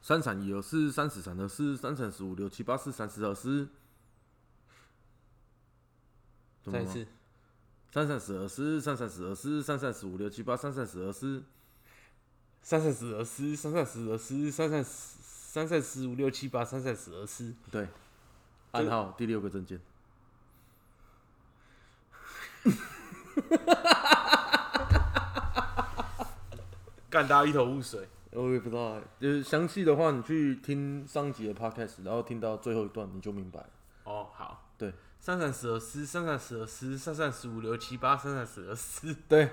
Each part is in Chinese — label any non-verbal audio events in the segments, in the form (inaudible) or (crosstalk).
三闪一二四，三十闪二四，三闪十五六七八四，三十二四。怎么再一了吗次，三闪十二四，三闪十二四，三闪十五六七八，三闪十二四。三三十而思，三三十而思，三三十三三十五六七八，三三十而思。对，这暗个号第六个证件。干大家一头雾水。我也不知道、就是详细的话，你去听上集的 podcast，然后听到最后一段你就明白了。哦，好，对三三十而思，三三十而思，三三十五六七八，三三十而思。对，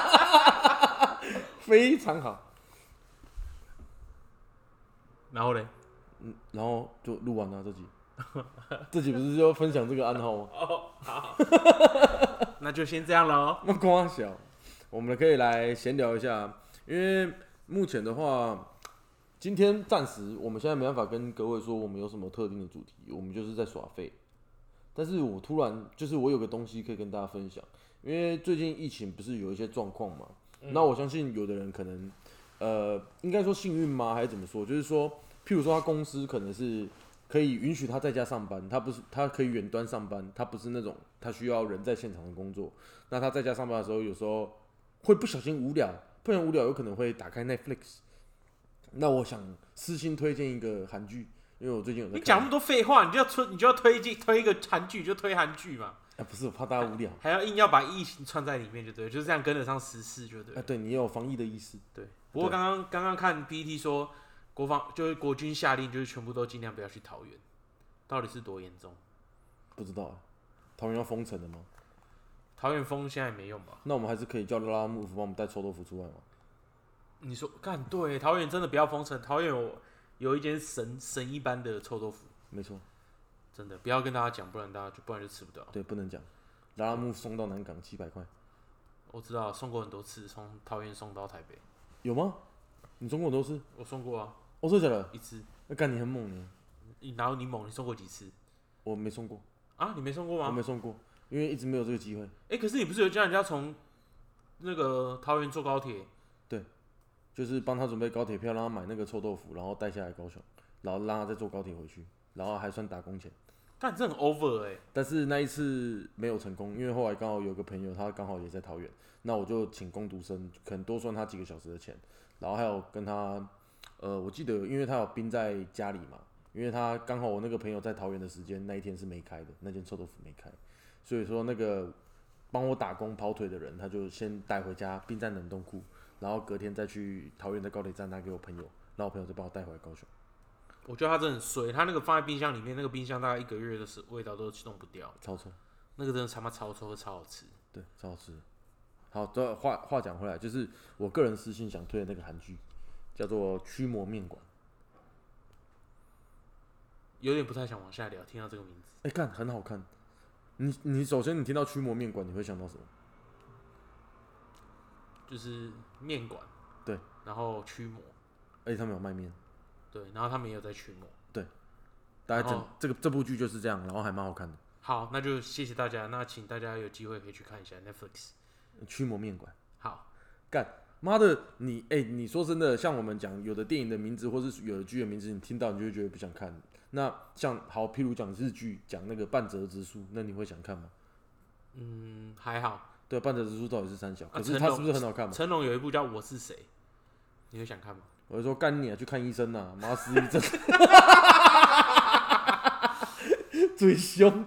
(laughs) 非常好。然后嘞，嗯，然后就录完了这 (laughs) 集，这集不是就要分享这个暗号吗？哦，好，那就先这样喽。那光小，我们可以来闲聊一下，因为目前的话，今天暂时我们现在没办法跟各位说我们有什么特定的主题，我们就是在耍废。但是我突然就是我有个东西可以跟大家分享，因为最近疫情不是有一些状况嘛，嗯那我相信有的人可能，呃，应该说幸运吗，还是怎么说？就是说，譬如说他公司可能是可以允许他在家上班，他不是他可以远端上班，他不是那种他需要人在现场的工作。那他在家上班的时候，有时候会不小心无聊，不然无聊有可能会打开 Netflix。那我想私心推荐一个韩剧，因为我最近有在你看讲那么多废话，你就要推，你就要推进推一个韩剧，就推韩剧嘛，啊，不是我怕大家无聊还要硬要把疫情串在里面，就对了，就是这样跟得上时事，就对了啊，。对你也有防疫的意识，呃对，不过对刚刚刚刚看 PPT 说，国防就是国军下令，就是全部都尽量不要去桃园，到底是多严重？不知道啊桃园要封城了吗？桃园封现在没用吧？那我们还是可以叫拉拉木夫帮我们带臭豆腐出来吗？你说干对，桃园真的不要封城，桃园有有一间神神一般的臭豆腐，没错，真的不要跟大家讲，不然大家就不然就吃不到。对，不能讲。拉拉木送到南港七百块，我知道送过很多次，从桃园送到台北，有吗？你中国都是？我送过啊哦，真的假的？一次，那干你很猛呢，你拿柠檬你送过几次我没送过，啊？你没送过我吗？没送过，因为一直没有这个机会。哎、可是你不是有叫人家从那个桃园坐高铁？就是帮他准备高铁票，让他买那个臭豆腐，然后带下来高雄，然后让他再坐高铁回去，然后还算打工钱。干这很 over 哎、但是那一次没有成功，因为后来刚好有个朋友他刚好也在桃园，那我就请工读生，可能多算他几个小时的钱，然后还有跟他，呃，我记得因为他有冰在家里嘛，因为他刚好我那个朋友在桃园的时间那一天是没开的，那间臭豆腐没开，所以说那个帮我打工跑腿的人，他就先带回家冰在冷冻库，然后隔天再去桃园的高铁站拿给我朋友，然后我朋友再帮我带回来高雄。我觉得它真的很衰，它那个放在冰箱里面，那个冰箱大概一个月的时味道都弄不掉，超臭，那个真的他妈超臭，超好吃。对，超好吃。好，这话话讲回来，就是我个人私心想推的那个韩剧，叫做《驱魔面馆》。有点不太想往下聊，听到这个名字，哎、看很好看。你你首先你听到驱魔面馆，你会想到什么？就是面馆，对，然后驱魔，而且哎他们有卖面，对，然后他们也有在驱魔。大家整、哦这个这部剧就是这样，然后还蛮好看的，好，那就谢谢大家，那请大家有机会可以去看一下 Netflix。 《驱魔面馆》。好，妈的，你哎、你说真的，像我们讲有的电影的名字，或是有的剧的名字，你听到你就会觉得不想看。那像好，譬如讲日剧，讲那个半泽直树，那你会想看吗？嗯，还好。对，啊半泽直树到底是三小，啊可是成它龙是不是很好看嘛？成龙有一部叫《我是谁》，你会想看吗？我就说干你啊，去看医生 (laughs) 呐、妈失忆症，嘴凶，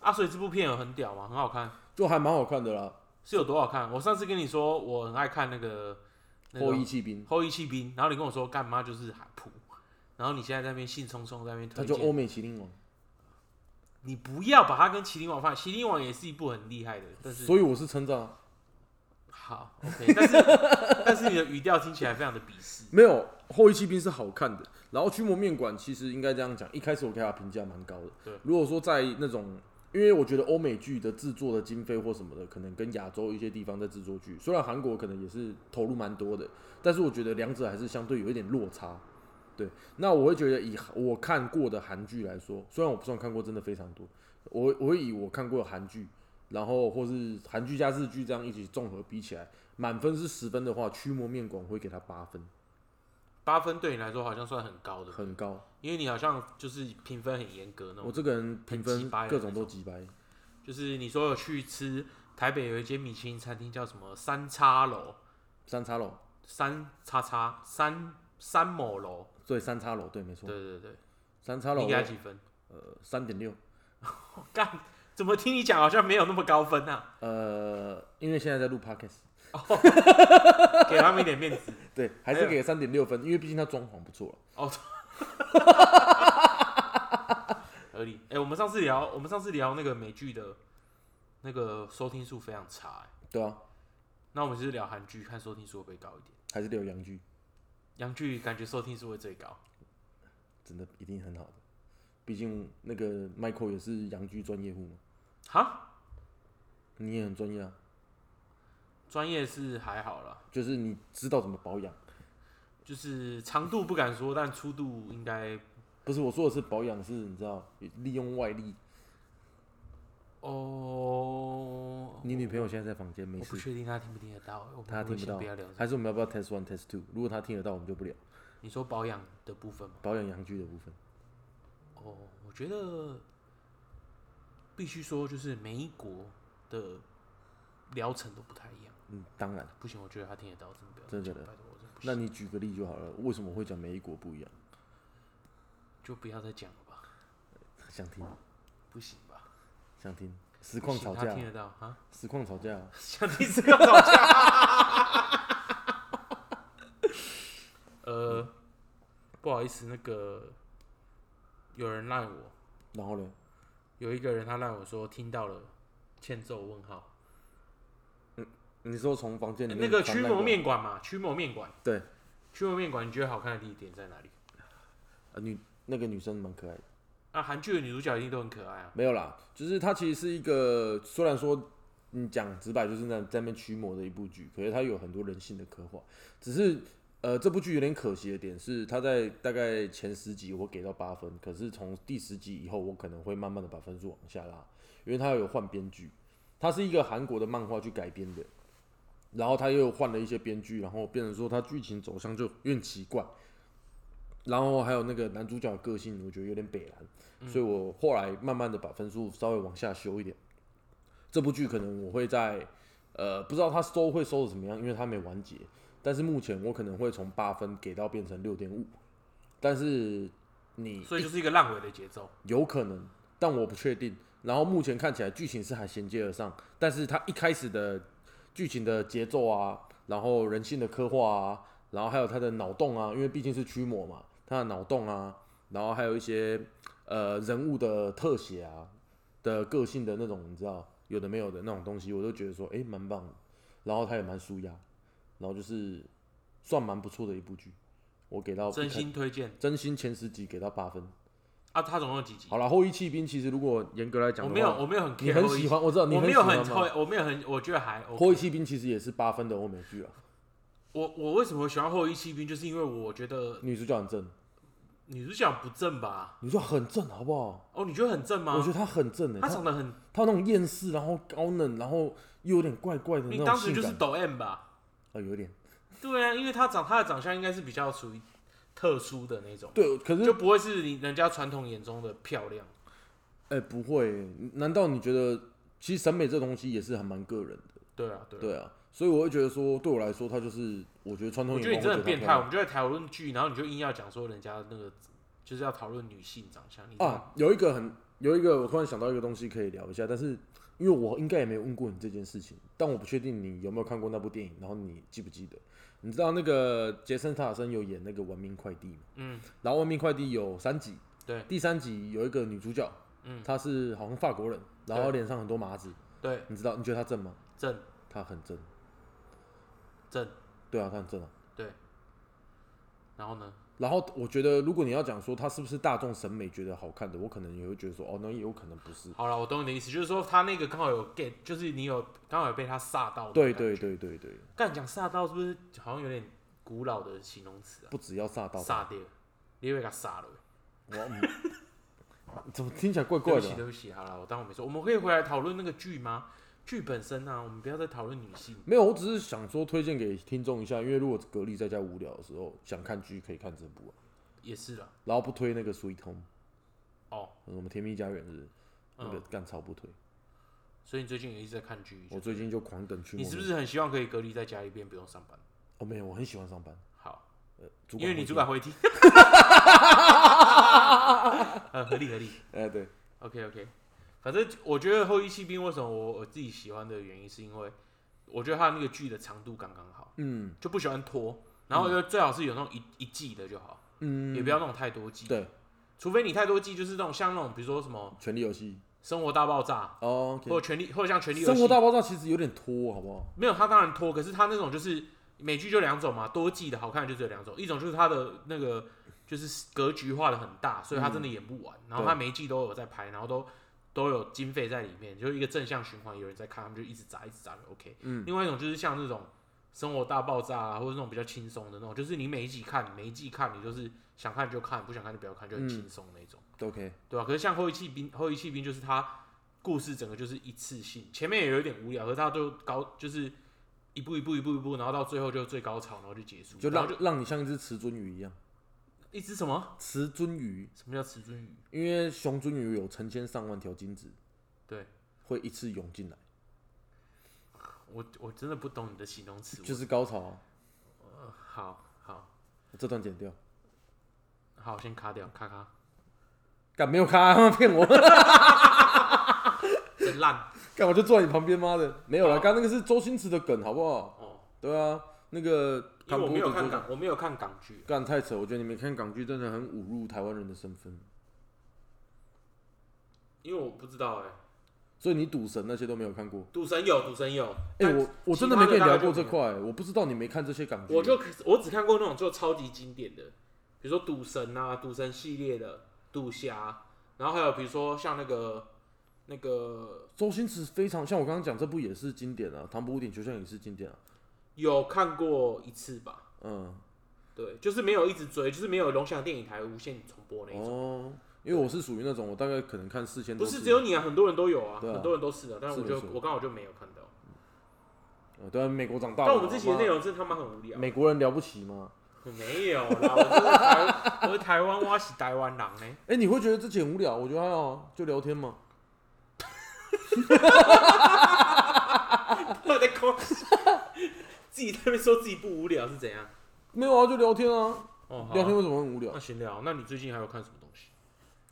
啊，所以这部片有很屌吗？很好看，就还蛮好看的啦。是有多好看？我上次跟你说我很爱看那个那后个羿弃兵，后羿弃兵，然后你跟我说干妈就是海普，然后你现在在那边兴冲冲在那边他推就欧荐，美麒麟王，你不要把它跟麒麟王放，麒麟王也是一部很厉害的，但是所以我是称赞啊。好 OK，但是但是你的语调听起来非常的鄙视。没有后羿弃兵是好看的，然后驱魔面馆其实应该这样讲，一开始我给他评价蛮高的。对如果说在那种，因为我觉得欧美剧的制作的经费或什么的，可能跟亚洲一些地方在制作剧，虽然韩国可能也是投入蛮多的，但是我觉得两者还是相对有一点落差。对，那我会觉得以我看过的韩剧来说，虽然我不算看过真的非常多，我我会以我看过的韩剧，然后或是韩剧加日剧这样一起综合比起来，满分是十分的话，《驱魔面馆》我会给他八分。八分对你来说好像算很高的，很高。因为你好像就是评分很严格那我种。这个人评很鸡分掰的各种那都种几百，就是你说有去吃台北有一间米其林餐厅叫什么三叉楼，三叉楼，三叉叉三三某楼，对，三叉楼，对，没错对，对对，三叉楼你给他几分？三点六，我干，怎么听你讲好像没有那么高分 (laughs) 啊？呃，因为现在在录 podcast，给他们一点面子。对，还哎是给三点六分，因为毕竟他装潢不错了。啊哦， (laughs) 合理。哎、我们上次聊，我们上次聊那个美剧的，那个收听数非常差、欸。对啊，那我们就是聊韩剧，看收听数会不会高一点。还是留洋剧，洋剧感觉收听数会最高。真的一定很好的，毕竟那个 Michael 也是洋剧专业户嘛，哈，你也很专业啊，专业是还好啦，就是你知道怎么保养，就是长度不敢说，但粗度应该不是我说的是保养，是你知道利用外力。哦。你女朋友现在在房间没我不事，确定他听不听得到，欸我们她听不不先到不要聊这，个。还是我们要不要 test one test two？如果她听得到，我们就不聊你说保养的部分吗？保养洋剧的部分。哦，我觉得必须说，就是每一国的疗程都不太一样。嗯，当然。不行，我觉得他听得到，真的不真要的讲，假的拜托，我真的不那行，你举个例就好了，为什么会讲每一国不一样？就不要再讲了吧，想听，不行吧？想听。实况不行吵他架听，得到啊？ (laughs) 实况吵架，想听这个吵架？ (laughs) 呃，嗯不好意思，那个有人赖我，然后呢？有一个人他赖我说听到了欠揍问号，你说从房间里面哎那个翻驱魔面馆嘛，驱魔面馆。对，驱魔面馆，你觉得好看的地点在哪里？呃女那个女生蛮可爱的，啊，韩剧的女主角一定都很可爱啊。没有啦，就是她其实是一个虽然说你讲直白就是那在那边驱魔的一部剧，可是它有很多人性的刻画，只是。呃，这部剧有点可惜的点是，它在大概前十集我给到八分，可是从第十集以后，我可能会慢慢的把分数往下拉，因为它有换编剧，它是一个韩国的漫画去改编的，然后他又换了一些编剧，然后变成说他剧情走向就有点奇怪，然后还有那个男主角的个性，我觉得有点北蓝，嗯所以我后来慢慢的把分数稍微往下修一点。这部剧可能我会在呃不知道他收会收的怎么样，因为它没完结，但是目前我可能会从八分给到变成六点五，但是你所以就是一个烂尾的节奏。有可能，但我不确定。然后目前看起来剧情是还衔接得上，但是它一开始的剧情的节奏啊，然后人性的刻画啊，然后还有它的脑洞啊，因为毕竟是驱魔嘛，它的脑洞啊，然后还有一些呃人物的特写啊的个性的那种，你知道有的没有的那种东西，我都觉得说诶蛮棒的。然后它也蛮舒压，然后就是算蛮不错的一部剧，我给到真心推荐 (laughs) 真心前十集给到八分。啊！它总共有几集？好了，后羿弃兵其实如果严格来讲我的话，没有，我没有很 care 你很后羿喜欢我知道你我很没有喜欢很嘛推，我没有很，我觉得还后羿 OK。弃兵其实也是八分的欧美剧啊，我我为什么会喜欢后羿弃兵，就是因为我觉得女主角很正，女主角不正吧？女主角很正，好不好？哦，你觉得很正吗我觉？得她很正诶、她她长得很，她那种厌世，然后高冷，然后又有点怪怪的那你种当时性就感，是抖 M 吧？呃有点对啊，因为她长她的长相应该是比较属于特殊的那种，对，可是就不会是你人家传统眼中的漂亮。哎、不会、难道你觉得其实审美这东西也是还蛮个人的，对啊，对啊。对啊，所以我会觉得说，对我来说，她就是嗯我觉得传统我眼觉得光你真的会觉很得变她漂态，亮我们就在讨论剧，然后你就硬要讲说人家那个就是要讨论女性长相，你这样啊，有一个很有一个，我突然想到一个东西可以聊一下，但是因为我应该也没有问过你这件事情，但我不确定你有没有看过那部电影，然后你记不记得？你知道那个杰森·塔森有演那个《文明快递》吗？嗯，然后《文明快递》有三集，对第三集有一个女主角嗯，他是好像法国人，然后脸上很多麻子，对，你知道？你觉得他正吗？正他很正，正对啊，他很正啊。对。然后呢？然后我觉得，如果你要讲说他是不是大众审美觉得好看的，我可能也会觉得说，哦，那也有可能不是。好了，我懂你的意思，就是说他那个刚好有 get，就是你有刚好有被他煞到。对对。对对对，干讲煞到是不是好像有点古老的形容词啊？不只要煞到他，煞掉，你会给他煞了。我嗯 (laughs) 怎么听起来怪对怪的不起，啊、对不起，好了，我当我没说。我们可以回来讨论那个剧吗？剧本身啊，我们不要再讨论女性。没有，我只是想说推荐给听众一下，因为如果隔离在家无聊的时候想看剧，可以看这部啊。也是了，然后不推那个《Sweet Home》，哦，什么《甜蜜家园》是不是？那嗯个干超不推。所以你最近也一直在看剧。我最近就狂等去。你是不？是很希望可以隔离在家里边不用上班？哦，没有，我很喜欢上班。好，主因为你会主 (laughs) 管会听。呃，合理合理。哎、对， OK OK，反正我觉得《后裔弃兵》为什么我我自己喜欢的原因，是因为我觉得它那个剧的长度刚刚好，嗯就不喜欢拖，然后就最好是有那种一一季的就好，嗯，也不要那种太多季。，对，除非你太多季，就是那种像那种比如说什么《权力游戏《生活大爆炸》》哦，OK，或者《权力》或者像《权力游戏生》活大爆炸》其实有点拖，好不好？没有，他当然拖，可是他那种就是美剧就两种嘛，多季的好看就只有两种，一种就是他的那个就是格局画的很大，所以他真的演不完，然后他每一季都有在拍，然后都都有经费在里面，就是一个正向循环，有人在看，他们就一直砸一直砸就 OK。嗯，另外一种就是像那种生活大爆炸啊，或者那种比较轻松的那种，就是你每一集看，每一季看，你就是想看就看，不想看就不要看，就很轻松那种。都 OK，对啊吧、可是像后裔弃兵，后裔弃兵就是它故事整个就是一次性，前面也有点无聊，可是它就高就是一步一步一步一步，然后到最后就最高潮，然后就结束，就然让后就让你像一只池鳟鱼一样，一只什么池鳟鱼，什么叫池鳟鱼？因为雄鳟鱼有成千上万条精子对会一次涌进来，我我真的不懂你的形容词，就是高潮啊。我好好这段剪掉，好，先卡掉，咔咔，干没有咖，他妈 (laughs) 骗我，真 (laughs) 烂干我就坐在你旁边，妈的，没有了。好刚那个是周星驰的梗，好不好？哦，对啊，那个因为我没有唐伯虎点秋看香港，我没有看港剧，啊干太扯，我觉得你没看港剧真的很侮辱台湾人的身份，因为我不知道哎、所以你赌神那些都没有看过。赌神有，赌神有，哎、但我我真的其他没跟你大概聊过就这没有块、我不知道你没看这些港剧。我就我只看过那种就超级经典的，比如说赌神啊、赌神系列的赌侠，然后还有比如说像那个那个周星驰非常像我刚刚讲，这部也是经典啊，《唐伯虎点秋香》也是经典啊。有看过一次吧，嗯，对，就是没有一直追，就是没有龙翔电影台无限重播那一种，哦，因为我是属于那种我大概可能看四千不多是次，只有你啊，很多人都有啊，对啊很多人都是的，但是是我的就是的我刚好就没有看到，呃，对啊，美国长大了但嘛，我们这期的内妈容真的他妈很无聊。美国人了不起吗？没有啦，我真的台， (laughs) 我是台湾，我是台湾 (laughs) 人呢。哎、你会觉得这集很无聊？我觉得还好啊，就聊天嘛。我在搞，自己在那边说自己不无聊是怎样？没有啊，就聊天啊，哦，好啊聊天为什么很无聊那？闲聊，那你最近还有看什么东西？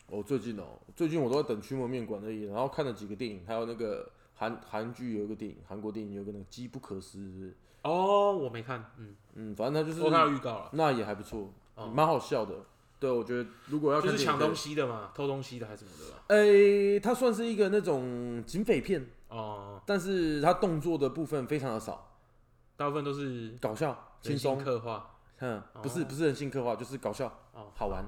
哦，最近哦，最近我都在等《驱魔面馆》而已，然后看了几个电影，还有那个韩韩剧有一个电影，韩国电影有一个那个《机不可失》是不是，哦，我没看，嗯，嗯，反正它就是我看到预告了，那也还不错，哦蛮好笑的。对，我觉得如果要就是看电影抢可以东西的嘛，偷东西的还是什么的吧？诶、它算是一个那种警匪片，哦，但是它动作的部分非常的少，大部分都是搞笑、轻人性松，刻画，嗯，不是哦不是人性刻画，就是搞笑、哦好玩，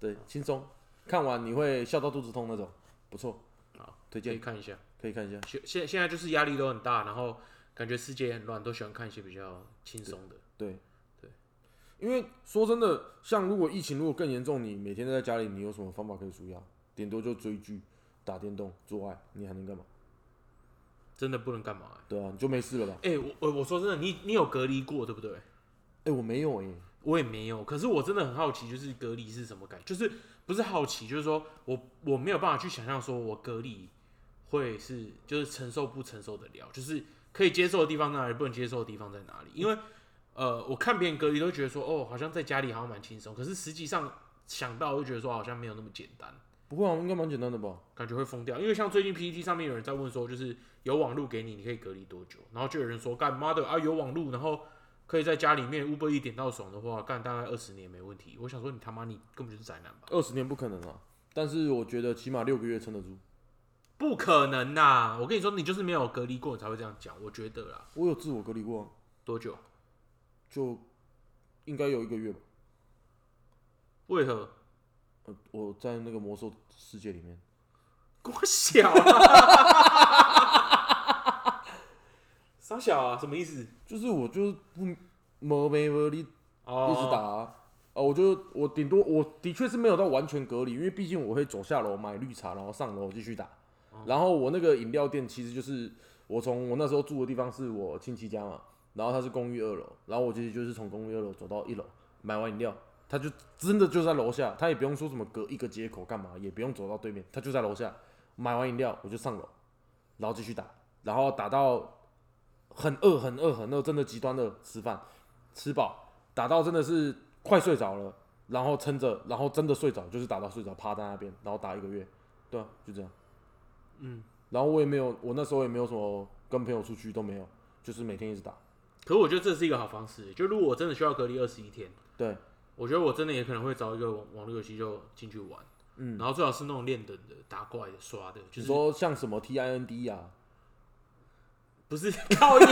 对，轻松，看完你会笑到肚子痛那种，不错，好，推可以荐看一下。可以看一下。现现现在就是压力都很大，然后感觉世界也很乱，都喜欢看一些比较轻松的。对对，因为说真的，像如果疫情如果更严重，你每天都在家里，你有什么方法可以舒压？顶多就追剧、打电动、做爱，你还能干嘛？真的不能干嘛、对啊，你就没事了吧？欸？哎、我我我说真的，你你有隔离过对不对？哎、我没有哎、我欸也没有，可是我真的很好奇，就是隔离是什么感觉？就是不是好奇，就是说我我没有办法去想象，说我隔离会是就是承受不承受得了，就是可以接受的地方在哪里，不能接受的地方在哪里？因为呃，我看别人隔离都觉得说，哦，好像在家里好像蛮轻松，可是实际上想到就觉得说，哦好像没有那么简单，不会啊，应该蛮简单的吧？感觉会疯掉。因为像最近 PPT 上面有人在问说，就是有网路给你，你可以隔离多久？然后就有人说，干妈的啊，有网路，然后可以在家里面 Uber 一点到爽的话，干大概二十年没问题。我想说，你他妈你根本就是宅男吧？二十年不可能啊，但是我觉得起码六个月撑得住。不可能呐、我跟你说，你就是没有隔离过，你才会这样讲。我觉得啦，我有自我隔离过啊，多久？就应该有一个月吧。为何？呃我在那个魔兽世界里面，郭小、啊，傻小啊，什么意思？就是我就是不没没没力哦，一直打啊，啊我就我顶多我的确是没有到完全隔离，因为毕竟我会走下楼买绿茶，然后上楼继续打。然后我那个饮料店其实就是我从我那时候住的地方是我亲戚家嘛，然后他是公寓二楼，然后我其实就是从公寓二楼走到一楼买完饮料，他就真的就在楼下，他也不用说什么隔一个街口干嘛，也不用走到对面，他就在楼下买完饮料我就上楼，然后继续打，然后打到很饿很饿很饿，真的极端的吃饭，吃饱打到真的是快睡着了，然后撑着，然后真的睡着，就是打到睡着趴在那边，然后打一个月，对啊，就这样。嗯，然后我也没有，我那时候也没有什么跟朋友出去都没有，就是每天一直打。可我觉得这是一个好方式。就如果我真的需要隔离二十一天，对，我觉得我真的也可能会找一个网网络游戏就进去玩，嗯，然后最好是那种练等的、打怪的、刷的，就你是说像什么 T I N D 啊，不是靠你，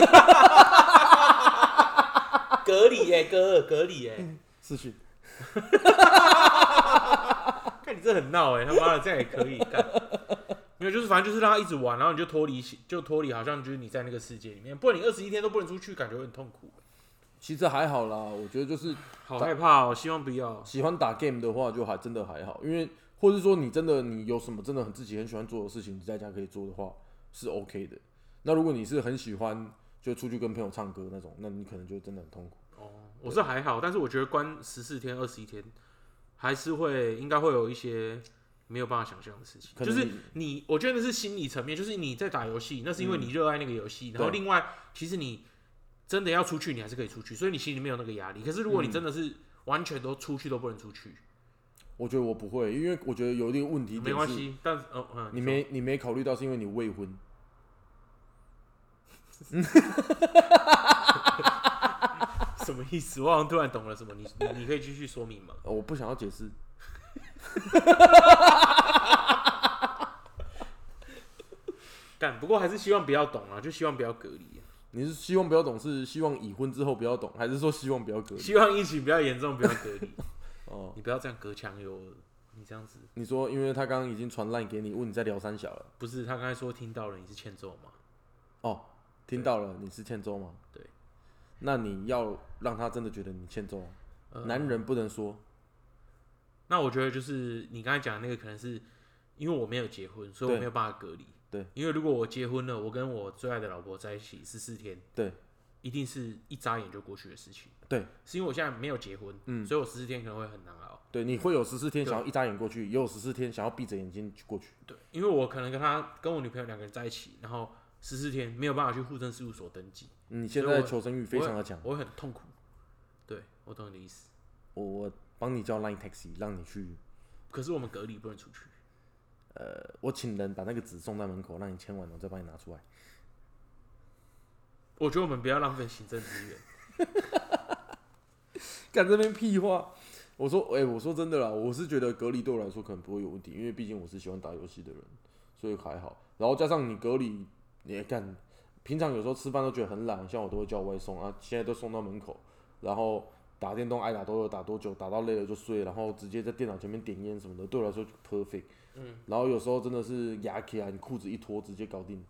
(laughs) 隔离耶、隔隔离耶、是去看你这很闹哎、他妈的这样也可以干。 (laughs) 没有，就是反正就是让他一直玩，然后你就脱离，就脱离，好像就是你在那个世界里面，不然你二十一天都不能出去，感觉会很痛苦。其实还好啦，我觉得就是好害怕哦，希望不要。喜欢打 game 的话，就还真的还好，因为或是说你真的你有什么真的很自己很喜欢做的事情，你在家可以做的话是 OK 的。那如果你是很喜欢就出去跟朋友唱歌那种，那你可能就真的很痛苦。哦，我是还好，但是我觉得关十四天、二十一天，还是会应该会有一些没有办法想象的事情。可就能是你嗯你，我觉得那是心理层面，就是你在打游戏，那是因为你热爱那个游戏，然后对另外，其实你真的要出去，你还是可以出去，所以你心里没有那个压力。可是如果嗯你真的是完全都出去都不能出去，我觉得我不会，因为我觉得有一个问题点是没关系。但是哦，嗯，你说没你没考虑到是因为你未婚， (laughs) 什么意思？我好像突然懂了什么。你你你可以继续说明吗？呃我不想要解释。但不过还是希望不要懂啊，就希望不要隔离、啊。你是希望不要懂，是希望已婚之后不要懂，还是说希望不要隔离？希望疫情不要严重，不要隔 (laughs) 离。哦，你不要这样隔墙有耳，你这样子你说，因为他刚刚已经传烂给你，问你在聊三小了。不是？他刚才说听到了，你是欠揍吗？哦，听到了，你是欠揍吗？对，那你要让他真的觉得你欠揍啊。呃男人不能说，那我觉得就是你刚才讲的那个，可能是因为我没有结婚，所以我对没有办法隔离。对，因为如果我结婚了，我跟我最爱的老婆在一起十四天，对一定是一眨眼就过去的事情。对是因为我现在没有结婚，嗯所以我十四天可能会很难熬。对，你会有十四天对想要一眨眼过去，也有十四天想要闭着眼睛去过去。对，因为我可能跟他跟我女朋友两个人在一起，然后十四天没有办法去户政事务所登记，你现所以在我求生欲非常的强，我会很痛苦。对，我懂你的意思。我我帮你叫 Line Taxi，让你去，可是我们隔离不能出去。呃，我请人把那个纸送在门口，让你签完了，我再帮你拿出来。我觉得我们不要浪费行政资源。干这边屁话。我说，哎、我说真的啦，我是觉得隔离对我来说可能不会有问题，因为毕竟我是喜欢打游戏的人，所以还好。然后加上你隔离，你也干，平常有时候吃饭都觉得很懒，像我都会叫外送啊，现在都送到门口。然后打电动爱打多久打多久，打到累了就睡，然后直接在电脑前面点烟什么的，对我来说就 perfect。嗯。然后有时候真的是牙起来，你裤子一脱直接搞定，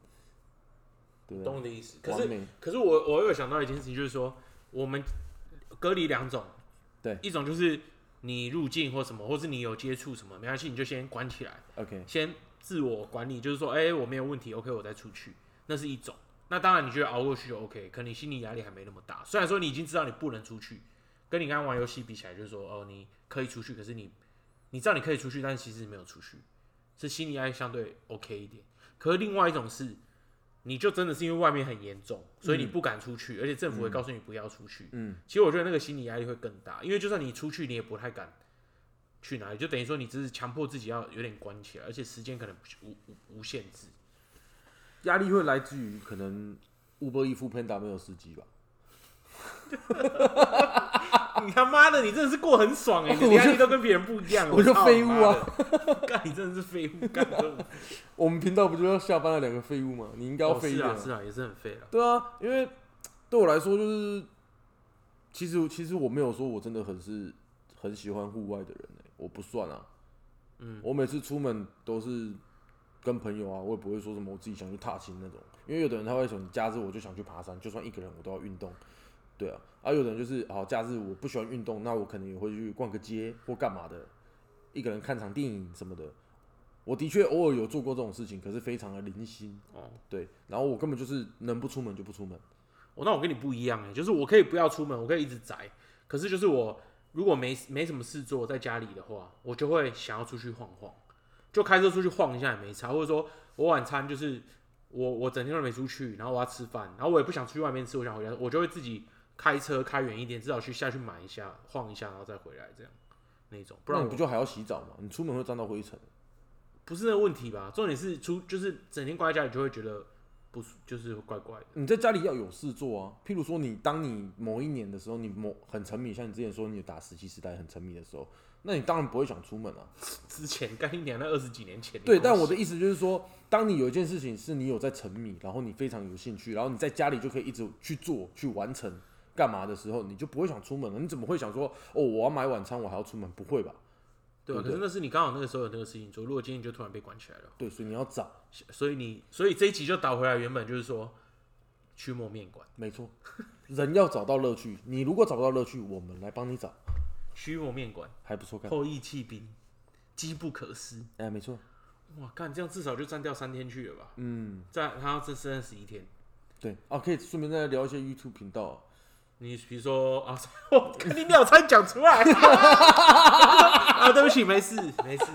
对不对？懂你的意思。可完是，美，可是我我有想到一件事情，就是说我们隔离两种，对一种就是你入境或什么，或是你有接触什么，没关系，你就先关起来， OK，先自我管理，就是说，哎、我没有问题，OK，我再出去，那是一种。那当然，你觉得熬过去就 OK，可你心理压力还没那么大。虽然说你已经知道你不能出去，跟你刚刚玩游戏比起来，就是说，哦，你可以出去，可是你你知道你可以出去，但是其实你没有出去，是心理压力相对 OK 一点。可是另外一种是，你就真的是因为外面很严重，所以你不敢出去，而且政府会告诉你不要出去。嗯，其实我觉得那个心理压力会更大，因为就算你出去，你也不太敢去哪里，就等于说你只是强迫自己要有点关起来，而且时间可能无无无限制。压力会来自于可能 Uber 一副 Panda 没有司机吧。啊你他妈的，你真的是过很爽哎、我你的压力都跟别人不一样，我就操废物啊你妈的！干，你真的是废物，干这种我们频道不就要下班了两个废物吗？你应该要哦废一是点啊、啊是啊，也是很废了。对啊，因为对我来说就是，其实其实我没有说我真的很是很喜欢户外的人、欸、我不算啊。嗯，我每次出门都是跟朋友啊，我也不会说什么我自己想去踏青那种，因为有的人他会想假日我就想去爬山，就算一个人我都要运动，对啊，啊有的人就是好假日我不喜欢运动，那我可能也会去逛个街或干嘛的，一个人看场电影什么的。我的确偶尔有做过这种事情，可是非常的零星，哦，对。然后我根本就是能不出门就不出门，我那我跟你不一样哎、就是我可以不要出门，我可以一直宅，可是就是我如果没没什么事做在家里的话，我就会想要出去晃晃，就开车出去晃一下也没差，或者说我晚餐就是我我整天都没出去，然后我要吃饭，然后我也不想出去外面吃，我想回家，我就会自己开车开远一点，至少去下去买一下晃一下，然后再回来这样那种，不不然然你我不就还要洗澡吗？你出门会沾到灰尘，不是那个问题吧？重点是出就是整天关在家里就会觉得不舒就是怪怪的。你在家里要有事做啊。譬如说，你当你某一年的时候，你某很沉迷，像你之前说你打石器时代很沉迷的时候，那你当然不会想出门啊。之前干一年那二十几年前，对，但我的意思就是说，当你有一件事情是你有在沉迷，然后你非常有兴趣，然后你在家里就可以一直去做、去完成干嘛的时候，你就不会想出门了。你怎么会想说哦，我要买晚餐，我还要出门？不会吧？对啊，对不可对是那是你刚好那个时候有那个事情做，如果今天你就突然被关起来了，对，所以你要找，所以你所以这一集就倒回来，原本就是说驱魔面馆，没错，人要找到乐趣。你如果找不到乐趣，我们来帮你找，驱魔面馆还不错干。后羿弃兵，机不可失。哎、没错，哇，干这样至少就占掉三天去了吧？嗯，占他要这三十一天。对啊，可以顺便再聊一些 YouTube 频道啊、你比如说啊， (laughs) 我看你鸟餐讲出来 (laughs) 啊，对不起，没事没事，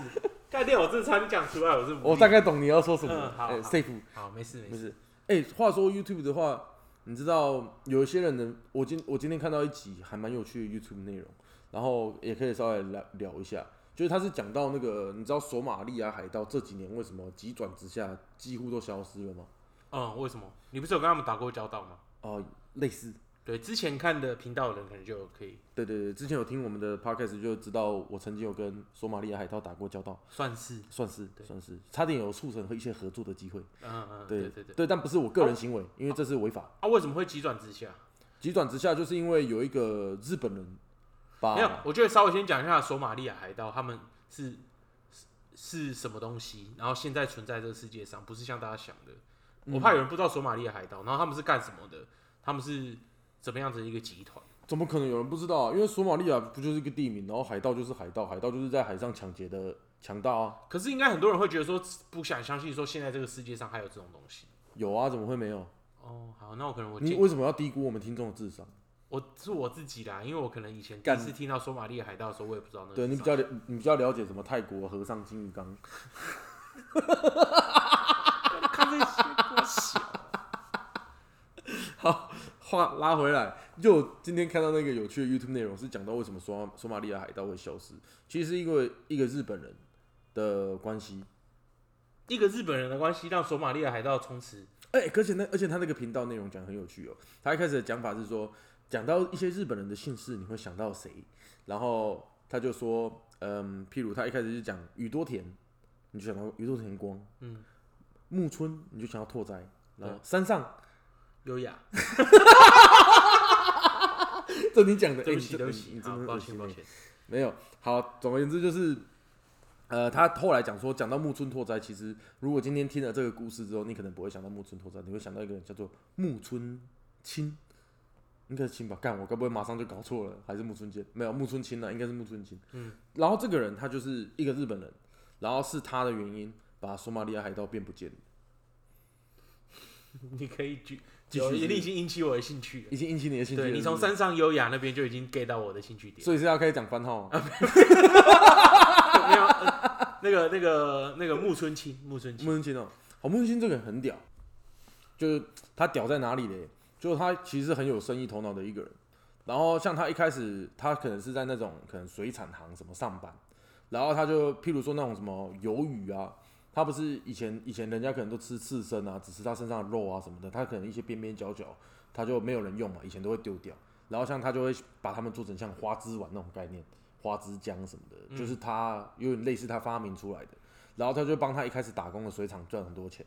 干掉我这餐讲出来，我是无力我大概懂你要说什么。嗯好哎好 s a f e 好没事没不事，是。哎、话说 YouTube 的话，你知道有一些人的，我今我今天看到一集还蛮有趣的 YouTube 内容，然后也可以稍微来聊一下。就是他是讲到那个，你知道索马利亚海盗这几年为什么急转直下，几乎都消失了吗？嗯，为什么？你不是有跟他们打过交道吗？哦、类似，对，之前看的频道的人可能就可以对对对，之前有听我们的 podcast 就知道，我曾经有跟索马利亚海盗打过交道，算是，算是对算是，差点有促成和一些合作的机会。嗯嗯，对对对对。对，但不是我个人行为，因为这是违法。啊，为什么会急转直下？急转直下，就是因为有一个日本人把没有，我觉得稍微先讲一下索马利亚海盗他们是是是什么东西，然后现在存在这个世界上，不是像大家想的。嗯我怕有人不知道索马利亚海盗，然后他们是干什么的？他们是怎么样子的一个集团？怎么可能有人不知道啊？因为索马利亚不就是一个地名，然后海盗就是海盗，海盗就是在海上抢劫的强盗啊，可是应该很多人会觉得说不想相信，说现在这个世界上还有这种东西。有啊，怎么会没有？哦，好，那我可能我你见为什么要低估我们听众的智商？我是我自己啦，因为我可能以前第一干次听到索马利亚海盗的时候，我也不知道那个是啥。对你比较了，你比较了解什么泰国和尚金鱼缸， (laughs) 看这些多小。啊 (laughs) 话拉回来，就我今天看到那个有趣的 YouTube 内容是讲到为什么索马索马利亚海盗会消失，其实是因为一个日本人的关系。一个日本人的关系，让索马利亚海盗从此哎、而且那而且他那个频道内容讲得很有趣哦。他一开始的讲法是说，讲到一些日本人的姓氏，你会想到谁？然后他就说，嗯，譬如他一开始就讲宇多田，你就想到宇多田光，嗯，木村你就想到拓哉，然后对山上， (laughs) 优雅。这你讲的，对哎你不起，这对不你起，你真好的，很抱恶歉，心抱欸歉。没有，好，总而言之就是，呃，他后来讲说，讲到木村拓哉，其实如果今天听了这个故事之后，你可能不会想到木村拓哉，你会想到一个人叫做木村清，应该是清吧？干，我该不会马上就搞错了？还是木村健？没有，木村清啊，应该是木村清。嗯，然后这个人他就是一个日本人，然后是他的原因把索马利亚海盗变不见了，你可以继继继续续，是你已经引起我的兴趣了。已经引起你的兴趣了。对你是不从是山上优雅那边就已经 get 到我的兴趣点。所以是要开始讲番号吗？没有呃 (laughs) 那个那个那个木村清，木村清木村清哦，好，木村清这个人很屌，就是他屌在哪里嘞？就是他其实很有生意头脑的一个人。然后像他一开始，他可能是在那种可能水产行什么上班，然后他就譬如说那种什么鱿鱼啊，他不是以前以前人家可能都吃刺身啊，只吃他身上的肉啊什么的，他可能一些边边角角他就没有人用嘛，以前都会丢掉。然后像他就会把它们做成像花枝丸那种概念，花枝浆什么的，就是他有点类似他发明出来的。然后他就帮他一开始打工的水厂赚很多钱，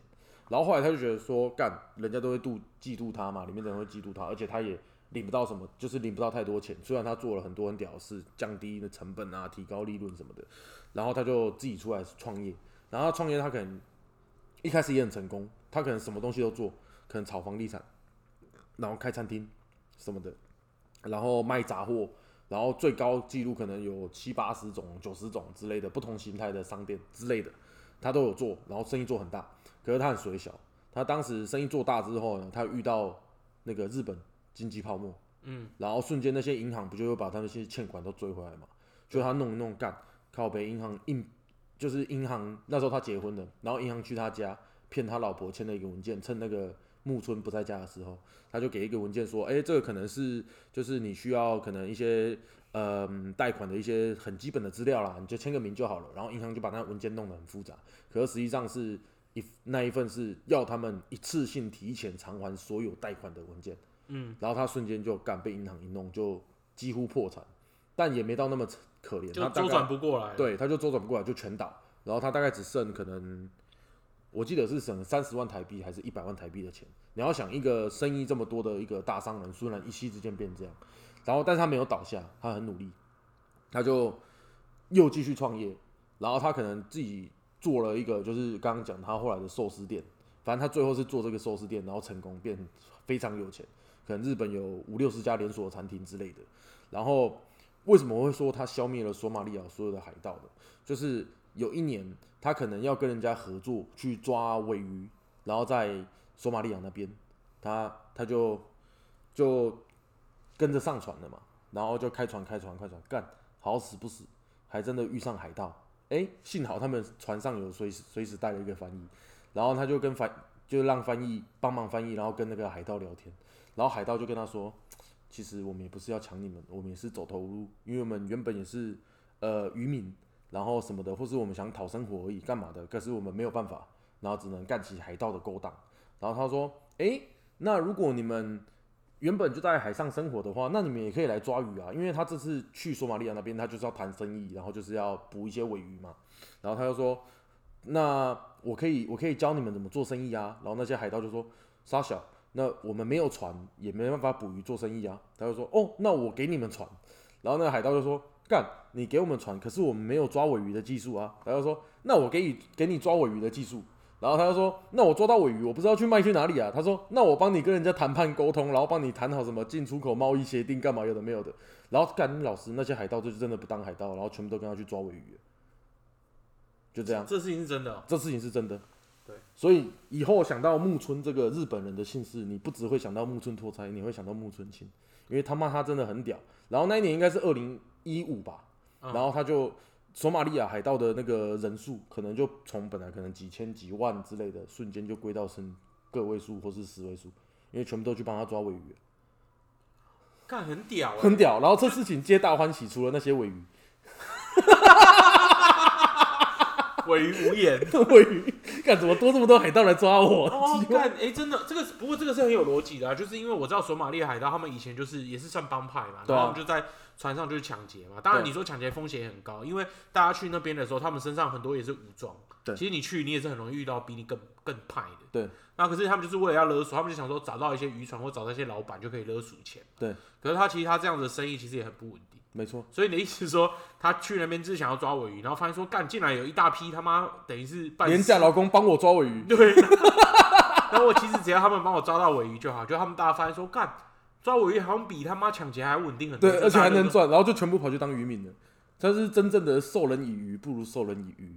然后后来他就觉得说，干，人家都会妒嫉妒他嘛，里面的人会嫉妒他，而且他也领不到什么，就是领不到太多钱。虽然他做了很多很屌的事，降低的成本啊，提高利润什么的，然后他就自己出来创业。然后他创业，他可能一开始也很成功，他可能什么东西都做，可能炒房地产，然后开餐厅什么的，然后卖杂货，然后最高纪录可能有七八十种、九十种之类的不同形态的商店之类的，他都有做，然后生意做很大。可是他很水小，他当时生意做大之后呢，他遇到那个日本经济泡沫，嗯，然后瞬间那些银行不就会把他那些欠款都追回来嘛？就他弄一弄干，靠北银行硬就是银行那时候他结婚了，然后银行去他家骗他老婆签了一个文件，趁那个木村不在家的时候，他就给一个文件说，哎、这个可能是就是你需要可能一些呃贷款的一些很基本的资料啦，你就签个名就好了。然后银行就把那文件弄得很复杂，可是实际上是一那一份是要他们一次性提前偿还所有贷款的文件。嗯，然后他瞬间就干被银行一弄，就几乎破产，但也没到那么可怜，就他大周概转不过来。，对，他就周转不过来，就全倒。然后他大概只剩可能，我记得是省三十万台币还是一百万台币的钱。你要想一个生意这么多的一个大商人，突然一夕之间变这样，然后但是他没有倒下，他很努力，他就又继续创业。然后他可能自己做了一个，就是刚刚讲他后来的寿司店，反正他最后是做这个寿司店，然后成功变非常有钱，可能日本有五六十家连锁餐厅之类的。然后为什么我会说他消灭了索马里亚所有的海盗呢？就是有一年他可能要跟人家合作去抓尾鱼，然后在索马里亚那边，他他就就跟着上船了嘛，然后就开船开船开船干，好死不死还真的遇上海盗。哎，幸好他们船上有随时随时带了一个翻译，然后他就跟翻就让翻译帮忙翻译，然后跟那个海盗聊天，然后海盗就跟他说，其实我们也不是要抢你们，我们也是走投无路，因为我们原本也是呃渔民，然后什么的，或是我们想讨生活而已，干嘛的？可是我们没有办法，然后只能干起海盗的勾当。然后他说，诶，那如果你们原本就在海上生活的话，那你们也可以来抓鱼啊，因为他这次去索马利亚那边，他就是要谈生意，然后就是要捕一些尾鱼嘛。然后他就说，那我可以，我可以教你们怎么做生意啊。然后那些海盗就说，傻小。那我们没有船，也没办法捕鱼做生意啊。他就说：“哦，那我给你们船。”然后那个海盗就说：“干，你给我们船，可是我们没有抓尾鱼的技术啊。”他就说：“那我给你给你抓尾鱼的技术。”然后他就说：“那我抓到尾鱼，我不知道去卖去哪里啊。”他说：“那我帮你跟人家谈判沟通，然后帮你谈好什么进出口贸易协定，干嘛有的没有的。”然后干老师那些海盗就是真的不当海盗，然后全部都跟他去抓尾鱼了，就这样。这事情是真的哦、这事情是真的。对，所以以后想到木村这个日本人的姓氏，你不只会想到木村拓哉，你会想到木村清，因为他妈他真的很屌。然后那一年应该是二零一五吧，嗯然后他就索马利亚海盗的那个人数，可能就从本来可能几千几万之类的，瞬间就归到剩个位数或是十位数，因为全部都去帮他抓尾鱼，干很屌、欸，很屌。然后这事情皆大欢喜，除了那些尾鱼， (laughs) (laughs) 尾鱼无言。尾鱼，干怎么多这么多海盗来抓我？哦奇，怪干，哎、真的，这个是不过这个是很有逻辑的、啊，就是因为我知道索马利亚海盗他们以前就是也是算帮派嘛，对然啊后他们就在船上就是抢劫嘛。当然对你说抢劫风险也很高，因为大家去那边的时候，他们身上很多也是武装。对其实你去你也是很容易遇到比你更更派的。对，那可是他们就是为了要勒索，他们就想说找到一些渔船或找到一些老板就可以勒索钱。对，可是他其实他这样子的生意其实也很不稳定。没错，所以你的意思是说，他去那边就是想要抓尾鱼，然后发现说干进来有一大批他妈等于是半廉价劳工帮我抓尾 (laughs) 鱼，对。然后我其实只要他们帮我抓到尾鱼就好，就他们大家发现说，干抓尾鱼好像比他妈抢劫还稳定很多，对，就而且大还家就能说。赚，然后就全部跑去当渔民了。他是真正的授人以鱼，不如授人以渔。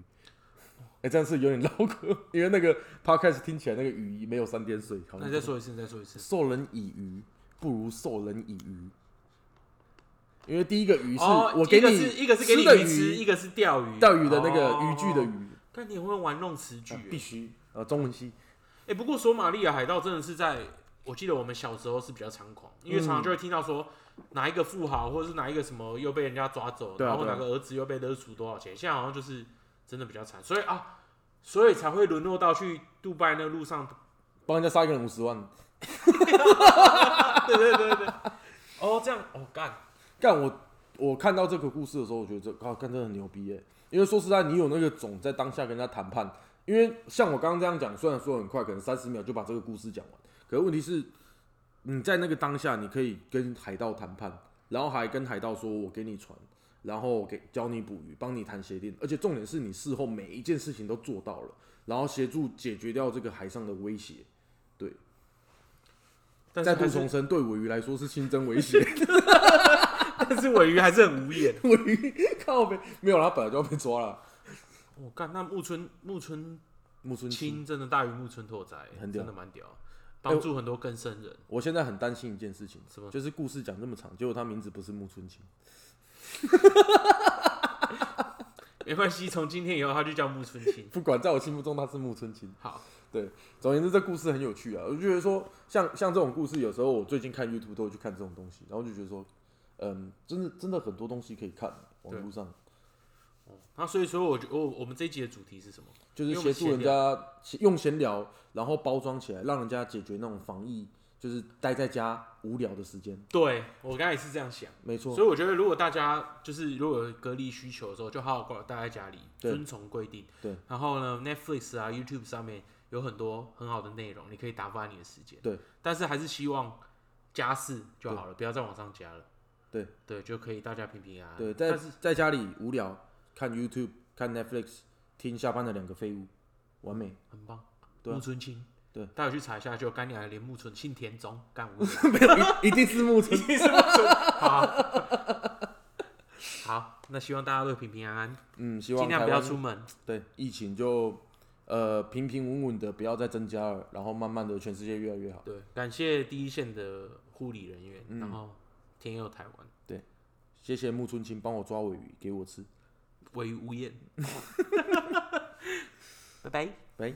哎、这样是有点绕口，因为那个 podcast 听起来那个鱼没有三点水，好那像你再说一次，你再说一次。授人以鱼，不如授人以渔。因为第一个鱼是、哦，我给一个你是一个是给你的鱼吃，一鱼，个是钓鱼，钓鱼的那个渔具的哦。鱼，但你也会玩弄词句啊欸，必须呃中文系，哎、不过索马利亚海盗真的是在，我记得我们小时候是比较猖狂，因为嗯常常就会听到说哪一个富豪或者是哪一个什么又被人家抓走，对啊然后对啊哪个儿子又被勒赎多少钱，现在好像就是真的比较惨，所以啊，所以才会沦落到去杜拜那路上，帮人家杀一个人五十万，对对对对。 (laughs) 哦，这样哦干，干我我看到这个故事的时候，我觉得这靠干真的很牛逼耶、因为说实在，你有那个种在当下跟人家谈判，因为像我刚刚这样讲，虽然说很快，可能三十秒就把这个故事讲完，可是问题是你在那个当下，你可以跟海盗谈判，然后还跟海盗说我给你船，然后我给教你捕鱼，帮你谈协定，而且重点是你事后每一件事情都做到了，然后协助解决掉这个海上的威胁。但再是度还重是申，对尾鱼来说是新增威 (laughs) 胁。但是尾鱼还是很无眼。尾鱼靠背没有啦，他本来就要被抓了。我哦干，那木村木村木村清清真的大于木村拓哉，嗯很真屌的蛮屌，帮助很多更生人。我现在很担心一件事情什么，就是故事讲这么长，结果他名字不是木村清，没关系，从今天以后他就叫木村 (laughs) 清。不管在我心目中他是木村清。好，总而言之，这故事很有趣啊，我就觉得说，像像这种故事，有时候我最近看 YouTube 都会去看这种东西，然后就觉得说，嗯，真的真的很多东西可以看，网络上哦那所以说我就我我们这一集的主题是什么？就是协助人家用闲聊，然后包装起来，让人家解决那种防疫，就是待在家无聊的时间。对我刚才也是这样想，没错所以，我觉得如果大家就是如果有隔离需求的时候，就好好待在家里，对遵从规定。对，然后呢，Netflix 啊、YouTube 上面有很多很好的内容，你可以打发你的时间。对，但是还是希望加四就好了，不要再往上加了。对对，就可以大家平平安安。对，在啊但是在家里无聊看 YouTube、看 Netflix、听下班的两个废物，完美。很棒，对啊木村清。对大家有去查一下，就干娘连木村姓田中，干 (laughs) 我一定是 (laughs) 木村。是木村。好，好，那希望大家都平平安安，嗯，希望尽量台不要湾出门。对疫情就呃平平稳稳的，不要再增加了，然后慢慢的全世界越来越好。对，感谢第一线的护理人员，然后天佑台湾，谢谢木村清帮我抓尾鱼给我吃， (laughs) 位于无厌。拜拜。拜。